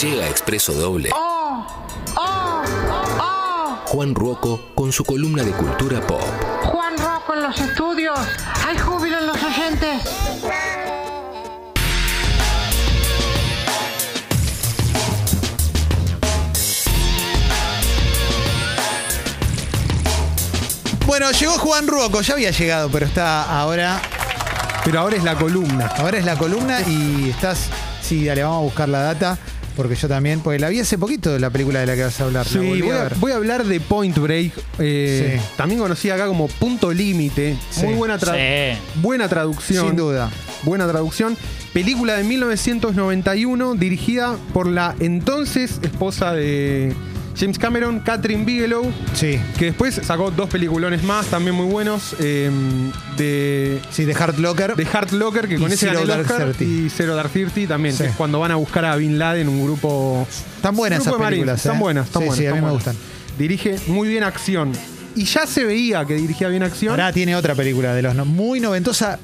Llega Expreso Doble. Oh, Juan Ruoco con su columna de cultura pop. Juan Rocco en los estudios. Hay júbilo en los oyentes. Bueno, llegó Juan Ruoco, ya había llegado, pero está ahora. Pero ahora es la columna. Ahora es la columna y estás. Sí, dale, vamos a buscar la data. Porque yo también, porque la vi hace poquito la película de la que vas a hablar. la volví voy a a, ver. voy a hablar de Point Break, eh, Sí. también conocida acá como Punto Límite. Sí. Muy buena, tra- Sí. buena traducción. Sin duda. Buena traducción. Película de 1991, dirigida por la entonces esposa de James Cameron, Catherine Bigelow, Sí. que después sacó dos peliculones más, también muy buenos, eh, de Sí, de Hard Locker. de Hard Locker, que Y con ese Zero ganó el Dark Oscar, Thirty. y Zero Dark Thirty también, Sí. que es cuando van a buscar a Bin Laden un grupo. Están buenas grupo esas de marines. películas, Están ¿eh? buenas, están Sí, buenas. sí, a están mí me buenas. Dirige muy bien acción. Y ya se veía que dirigía bien acción. Ahora tiene otra película de los no- muy noventosa.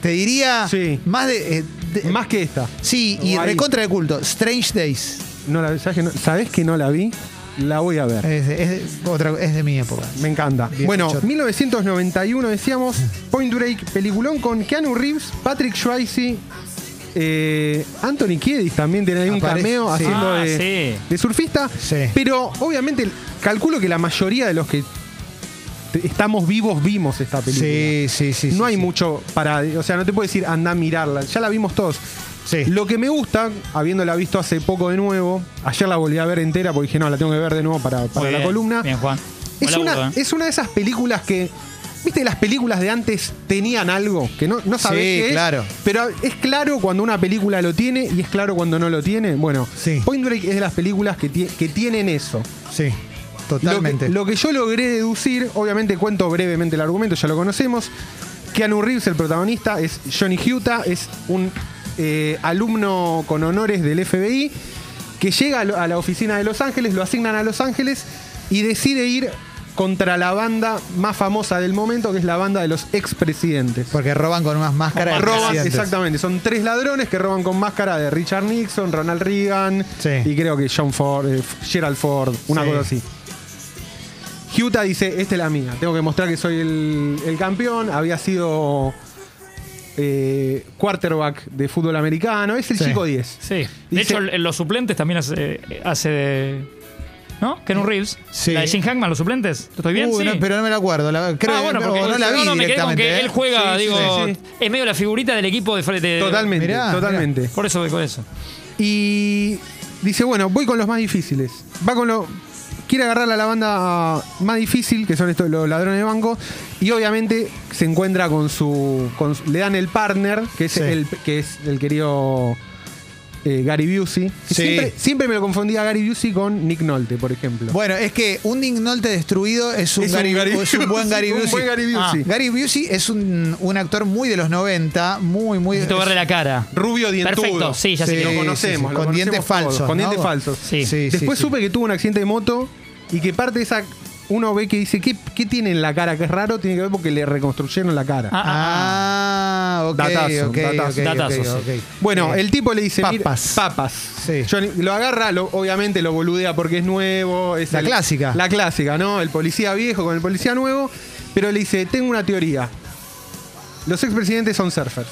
Te diría Sí. más de, eh, de- más que esta. sí, y Ahí. recontra de culto. Strange Days. No la, ¿sabes, que no, sabés que no la vi? La voy a ver. Es, de- es de- otra, es de mi época. Me encanta. Viejo Bueno, choto. 1991 decíamos, Point Break, peliculón con Keanu Reeves, Patrick Swayze, eh, Anthony Kiedis también tiene ahí un Aparece- cameo sí. haciendo Ah, de, sí. de surfista. Sí. Pero obviamente calculo que la mayoría de los que te- estamos vivos vimos esta película. Sí, sí, sí. no sí, hay sí. mucho para... O sea, no te puedo decir anda a mirarla, ya la vimos todos. Sí. Lo que me gusta, habiéndola visto hace poco de nuevo, ayer la volví a ver entera porque dije, no, la tengo que ver de nuevo para, para Muy la bien, columna. Bien, Juan. Es Buen una, laburo, ¿eh? es una de esas películas que. ¿Viste? Las películas de antes tenían algo que no, no sabés Sí, qué es, claro. pero es claro cuando una película lo tiene y es claro cuando no lo tiene. Bueno, Sí. Point Break es de las películas que, tie- que tienen eso. Sí, Lo que, totalmente. lo que yo logré deducir, obviamente cuento brevemente el argumento, ya lo conocemos. Keanu Reeves, el protagonista, es Johnny Huta, es un eh, alumno con honores del FBI que llega a, lo- a la oficina de Los Ángeles, lo asignan a Los Ángeles y decide ir contra la banda más famosa del momento, que es la banda de los expresidentes. Porque roban con unas máscaras. de Roban, presidentes. exactamente, son tres ladrones que roban con máscara de Richard Nixon, Ronald Reagan Sí. y creo que John Ford, eh, Gerald Ford, una Sí. cosa así. Huta dice, esta es la mía, tengo que mostrar que soy el, el campeón, había sido eh, quarterback de fútbol americano, es el Sí. chico 10. Sí. De Dice- hecho, el- eh, los suplentes también hace, hace de. ¿No? Keanu Reeves. Sí. La de Jim Hackman, los suplentes. ¿Estoy bien? Uy, sí. no, pero no me la acuerdo. la- creo ah, bueno, o porque no la vi no, me quedé con directamente. que ¿eh? él juega, Sí, sí, digo. sí. Es medio la figurita del equipo de frente. Totalmente, Mirá, mirá. totalmente. Por eso digo eso. Y dice, bueno, voy con los más difíciles. Va con lo. Quiere agarrar a la banda más difícil, que son estos los ladrones de banco. Y obviamente se encuentra con su. con su- le dan el partner, que es Sí. el que es el querido eh, Gary Busey. Sí. Que Siempre, siempre me lo confundía Gary Busey con Nick Nolte, por ejemplo. Bueno, es que un Nick Nolte destruido es un, Es un Gary- Gary es un buen Busey, Gary un Busey. Ah. buen Gary Busey. Gary Busey es un, un actor muy de los 90, muy, muy. Necesito verle la cara. Rubio dientudo. Perfecto, sí, ya sé Sí, que lo sí, conocemos. sí. lo Con conocemos dientes todos, falsos, ¿no? Con dientes falsos. Sí. Sí, sí, Después sí. supe que tuvo un accidente de moto y que parte de esa. Uno ve que dice, ¿qué, qué tiene en la cara? Que es raro, tiene que ver porque le reconstruyeron la cara. Ah, Ah, ok. Datazo, ok, datazo. ok, Datazo, ok, sí. ok. Bueno, Eh, el tipo le dice "Mira, papas. papas. Sí. Johnny- lo agarra, lo- obviamente lo boludea porque es nuevo. Es La el- clásica. La clásica, ¿no? El policía viejo con el policía nuevo. Pero le dice, tengo una teoría. Los expresidentes son surfers.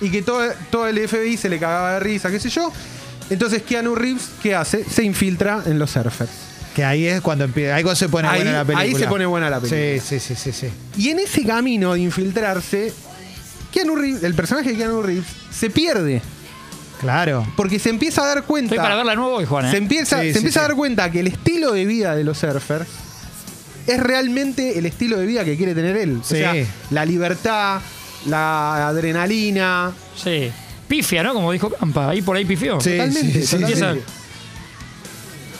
Y que todo, todo el FBI se le cagaba de risa, qué sé yo. Entonces Keanu Reeves, ¿qué hace? Se infiltra en los surfers. Que ahí es cuando empieza. Ahí cuando se pone Ahí- buena la ahí película. se pone buena la película. Sí, sí, sí, sí. sí. Y en ese camino de infiltrarse, Keanu Reeves- el personaje de Keanu Reeves se pierde. Claro. Porque se empieza a dar cuenta. Estoy para verla de nuevo hoy, Juan. ¿eh? Se empieza, Sí, se sí, empieza sí. a dar cuenta que el estilo de vida de los surfers es realmente el estilo de vida que quiere tener él. Sí. O sea, la libertad, la adrenalina. Sí. Pifia, ¿no? Como dijo Campa. Ahí por ahí pifió. Sí, totalmente, sí, sí, totalmente.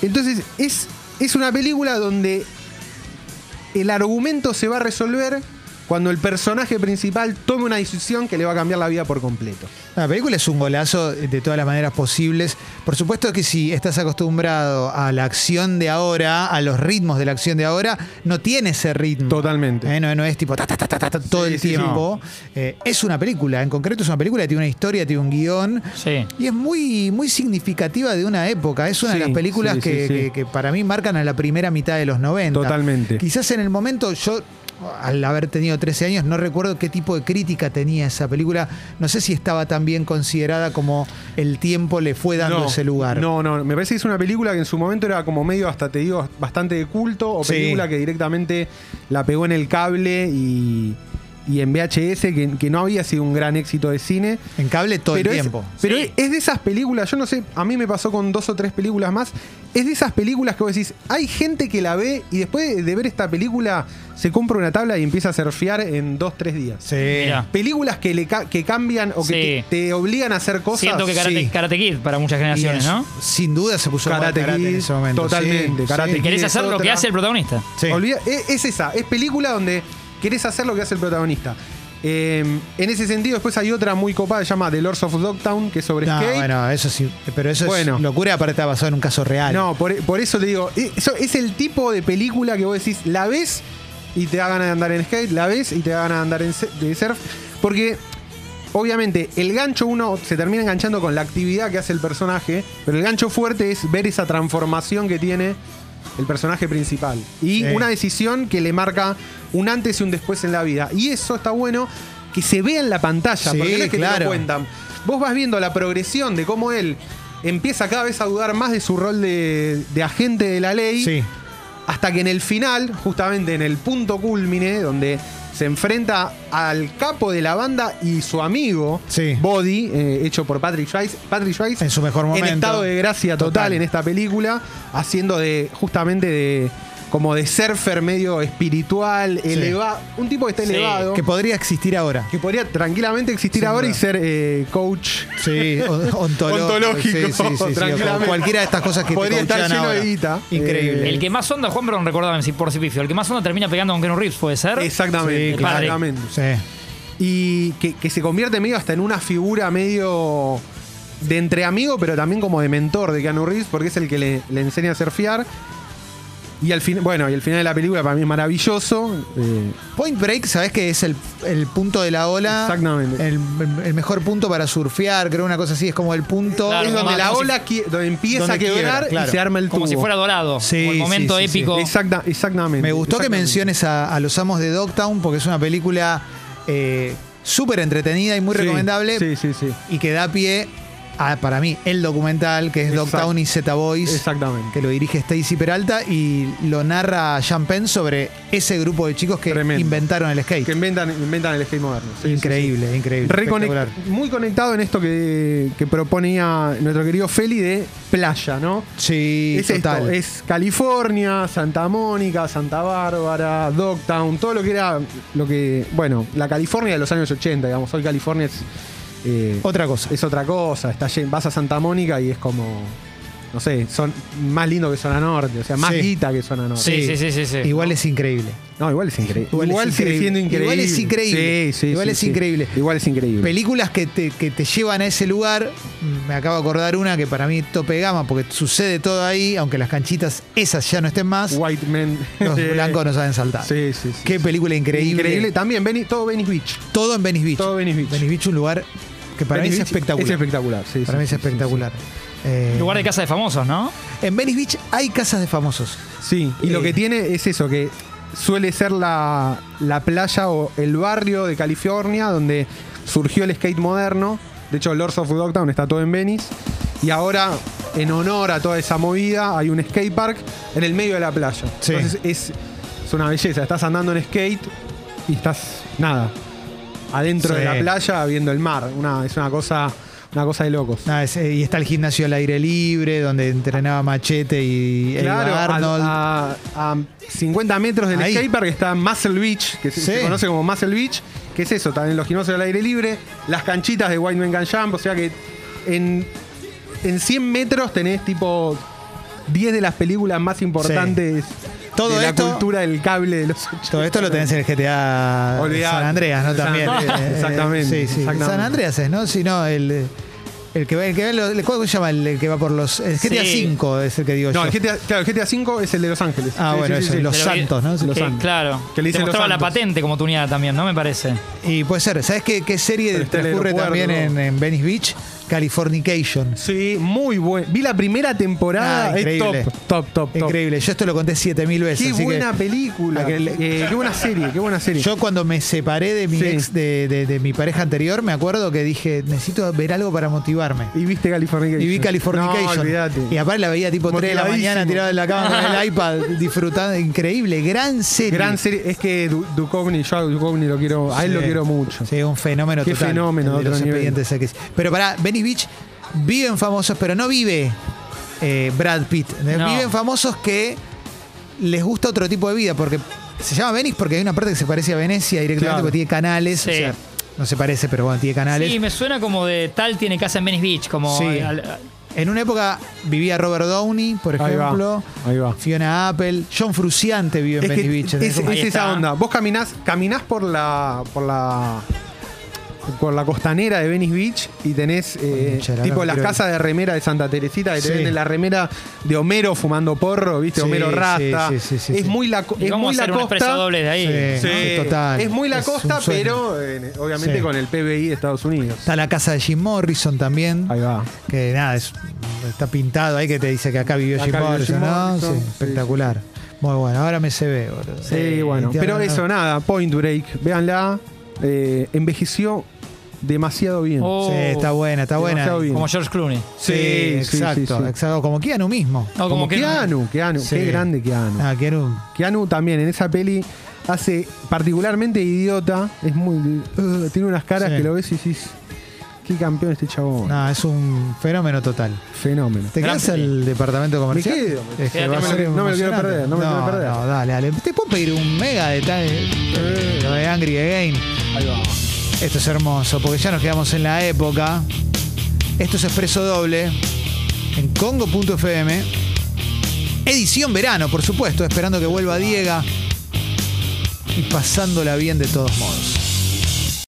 Entonces, es, es una película donde el argumento se va a resolver cuando el personaje principal tome una decisión que le va a cambiar la vida por completo. La película es un golazo de todas las maneras posibles. Por supuesto que si estás acostumbrado a la acción de ahora, a los ritmos de la acción de ahora, no tiene ese ritmo. Totalmente. Eh, No, no es tipo ta, ta, ta, ta, ta, ta, todo Sí, el sí, tiempo. Eh, es una película, en concreto es una película, tiene una historia, tiene un guión. Sí. Y es muy, muy significativa de una época. Es una de Sí, las películas sí, sí, que, sí. que- que para mí marcan a la primera mitad de los 90. Totalmente. Quizás en el momento yo, al haber tenido 13 años, no recuerdo qué tipo de crítica tenía esa película. No sé si estaba tan bien considerada como el tiempo le fue dando ese lugar. No, no, me parece que es una película que en su momento era como medio, hasta te digo, bastante de culto, o Sí. película que directamente la pegó en el cable y, y en VHS, que, que no había sido un gran éxito de cine. En cable todo pero el es- tiempo. pero Sí. es de esas películas, yo no sé, a mí me pasó con dos o tres películas más, es de esas películas que vos decís, hay gente que la ve y después de- de ver esta película se compra una tabla y empieza a surfear en dos, tres días. Sí. Mirá. Películas que, le ca- que cambian o que Sí. te, te obligan a hacer cosas. Siento que Karate, sí. Karate Kid para muchas generaciones, Y ¿no? Sin duda se puso karate, Karate karate en Kid, ese momento. totalmente, Karate Que Kid. querés es hacer lo que otra. hace el protagonista. Sí. Olvida- e- es, esa, es película donde querés hacer lo que hace el protagonista. Eh, en ese sentido, después hay otra muy copada que se llama The Lords of Dogtown, que es sobre No, skate. Ah, bueno, eso sí. Pero eso Bueno. es locura, aparte está basado en un caso real. No, por, por eso te digo, e- eso es el tipo de película que vos decís, la ves y te da ganas de andar en skate, la ves y te da ganas de andar en se- de surf, porque obviamente el gancho uno se termina enganchando con la actividad que hace el personaje, pero el gancho fuerte es ver esa transformación que tiene el personaje principal y Sí. una decisión que le marca un antes y un después en la vida. Y eso está bueno que se vea en la pantalla, Sí, porque no es que te lo claro. cuentan cuentan. Vos vas viendo la progresión de cómo él empieza cada vez a dudar más de su rol de, de agente de la ley. Sí. Hasta que en el final, justamente en el punto culmine, donde se enfrenta al capo de la banda y su amigo, Sí. Body, eh, hecho por Patrick Swayze. Patrick Swayze En su mejor momento. En estado de gracia total, Total. en esta película, haciendo de justamente de como de surfer medio espiritual, elevado. Un tipo que está Sí. elevado. Que podría existir ahora. Que podría tranquilamente existir Sin ahora y duda. ser eh, coach. Sí, o- ontológico. Ontológico, Sí, sí, sí, sí, tranquilamente. o cualquiera de estas cosas que te Podría estar cauchan lleno de ahora. guita. Increíble. Eh, El que más onda, Juan Perón recordaba en por Cipifio, el que más onda termina pegando con Keanu Reeves, puede ser. Exactamente, Sí, claro. exactamente. Sí. Y que, que se convierte medio hasta en una figura medio de entre amigo, pero también como de mentor de Keanu Reeves, porque es el que le, le enseña a surfear. Y al fin, bueno, y el final de la película para mí es maravilloso. Eh, Point Break, sabes que es el, el punto de la ola. Exactamente. El, el mejor punto para surfear, creo una cosa así, es como el punto. Claro, es donde como- la como si- ola qui- donde empieza donde a quebrar quiebra, claro. y se arma el tubo. Como si fuera dorado. Sí, como el sí, momento sí, sí. épico. Exacta- exactamente. Me gustó que exactamente. menciones a, a los amos de Dogtown porque es una película eh, súper entretenida y muy Sí, recomendable Sí, sí, sí. y que da pie a, para mí, el documental que es Exacto. Dogtown y Z Boys. Exactamente. que lo dirige Stacy Peralta y lo narra Sean Penn sobre ese grupo de chicos que Tremendo. inventaron el skate. Que inventan, inventan el skate moderno. Sí, sí, increíble, sí. increíble. Reconec- espectacular. muy conectado en esto que, que proponía nuestro querido Feli de playa, ¿no? Sí, es esto, total. es California, Santa Mónica, Santa Bárbara, Dogtown, todo lo que era lo que, bueno, la California de los años 80, digamos, hoy California es eh, Otra cosa. es otra cosa, está llen- vas a Santa Mónica y es como no sé, son más lindo que zona norte, o sea, más Sí. guita que zona norte. Sí, sí, sí, sí. sí. Igual es increíble. No, igual es increíble. Igual es increíble. Igual es increíble. Sí, sí, Igual sí, es sí. increíble. Igual es increíble. Películas que te, que te llevan a ese lugar. Me acabo de acordar una que para mí tope gama porque sucede todo ahí, aunque las canchitas esas ya no estén más. White Men. Los Sí. blancos no saben saltar. Sí, sí, sí. Qué película increíble. Increíble. También, Beni- todo Venice Beach. Todo en Venice Beach. Todo Venice Beach. Venice Beach, un lugar que para mí Venice Beach es espectacular. Es espectacular, sí. para mí es sí, sí, sí, espectacular. Eh, Lugar de casa de famosos, ¿no? En Venice Beach hay casas de famosos. Sí. Y lo Eh. que tiene es eso, que suele ser la, la playa o el barrio de California donde surgió el skate moderno. De hecho, Lords of Dogtown está todo en Venice. Y ahora, en honor a toda esa movida, hay un skate park en el medio de la playa. Sí. Entonces es, es una belleza. Estás andando en skate y estás, nada, adentro Sí. de la playa viendo el mar. Una, es una cosa, una cosa de locos. Nada, es- eh, y está el gimnasio al aire libre, donde entrenaba Machete y Eva Claro, a- Arnold. A, a 50 metros del Ahí. skatepark está Muscle Beach, que se, Sí. se conoce como Muscle Beach, que es eso, también los gimnasios al aire libre, las canchitas de White Man Can Jump, o sea que en, en 100 metros tenés tipo 10 de las películas más importantes Todo de la esto- cultura del cable de los Todo esto lo tenés en el GTA Olvidate. San Andreas, ¿no? San- También. Eh, eh, Exactamente, sí, sí. exactamente. San Andreas es, ¿no? Si no, el, el que va, el que va, lo- ¿cómo se llama? El, el que va por los. El GTA Sí. 5 es el que digo No, yo. el GTA, claro, el GTA V es el de Los Ángeles. Ah, bueno, eso, los Pero santos, ¿no? que- Los que- santos. Claro. Que le Que le dicen los mostraba la santos. patente como tuneada también, ¿no? Me parece. Y puede ser. ¿Sabes qué, qué serie Pero está el transcurre aeropuerto, también en, ¿no? en Venice Beach? Californication. Sí, muy bueno. Vi la primera temporada, Ah, es top, increíble. top, top, top. Increíble. Yo esto lo conté 7000 veces. Qué así que- buena película. Aquel- Eh, qué buena serie, qué buena serie. Yo cuando me separé de mi Sí. ex, de, de- de mi pareja anterior, me acuerdo que dije, necesito ver algo para motivarme. y viste Californication. Y vi Californication. No, olvídate. y aparte la veía tipo 3 de la Motivadísimo. mañana tirada en la cama con el iPad, disfrutando. Increíble, gran serie. Gran serie. Es que Du- Duchovny, yo a Duchovny lo quiero, a él Sí. lo quiero mucho. Sí, un fenómeno Qué total. fenómeno, el de otro los nivel. expedientes X. Pero pará, Benny Beach viven famosos, pero no vive eh, Brad Pitt. No. Viven famosos que les gusta otro tipo de vida, porque se llama Venice porque hay una parte que se parece a Venecia directamente, Claro. porque tiene canales. Sí. O sea, no se parece, pero bueno, tiene canales. Sí, me suena como de tal tiene casa en Venice Beach, como Sí. al- al- En una época vivía Robert Downey, por Ahí va, ejemplo. ahí va. Fiona Apple. John Fruciante vive en Es, que Venice Beach. ¿entendés? es- Como- es Ahí esa está. onda. Vos caminás, caminás por la. por la. por la costanera de Venice Beach y tenés eh, Concha, la tipo verdad, las quiero casas de remera de Santa Teresita que Sí. te venden la remera de Homero fumando porro, viste, Sí, Homero sí, rasta. sí, sí, sí, es sí. muy la co- y es vamos a muy la hacer un costa. expreso doble de ahí. Sí. Sí, Sí, total. Es muy la Es costa, un sueño. pero eh, obviamente Sí. con el PBI de Estados Unidos. Está la casa de Jim Morrison también. Ahí va. Que nada, es- está pintado ahí que te dice que acá vivió Acá Jim vivió Morrison, Jim ¿no? Morrison, Sí, sí, espectacular. Muy bueno, ahora me se ve, boludo. Sí, bueno. te- Pero no- eso, nada, Point Break, véanla. eh, envejeció demasiado bien. Oh, Sí, está buena, está buena. Demasiado bien. Como George Clooney. Sí, exacto, exacto. Como Keanu mismo. No, Como, como, que- Keanu, Keanu, Sí. qué grande Keanu. Ah, Keanu. Keanu también en esa peli hace particularmente idiota, es muy uh, tiene unas caras Sí. que lo ves y dices, qué campeón este chabón. No, es un fenómeno total. Fenómeno. ¿Te Gran quedas peli. al departamento comercial? Me quedo, me Es que quedo. va a No me- ser no me lo quiero emocionante. perder, no me lo quiero perder. No, dale, dale. Te puedo pedir un mega detalle Lo de Angry Again. Ahí va. Esto es hermoso, porque ya nos quedamos en la época. Esto es Expreso Doble en Congo.fm. Edición verano, por supuesto, esperando que vuelva Diega y pasándola bien de todos modos.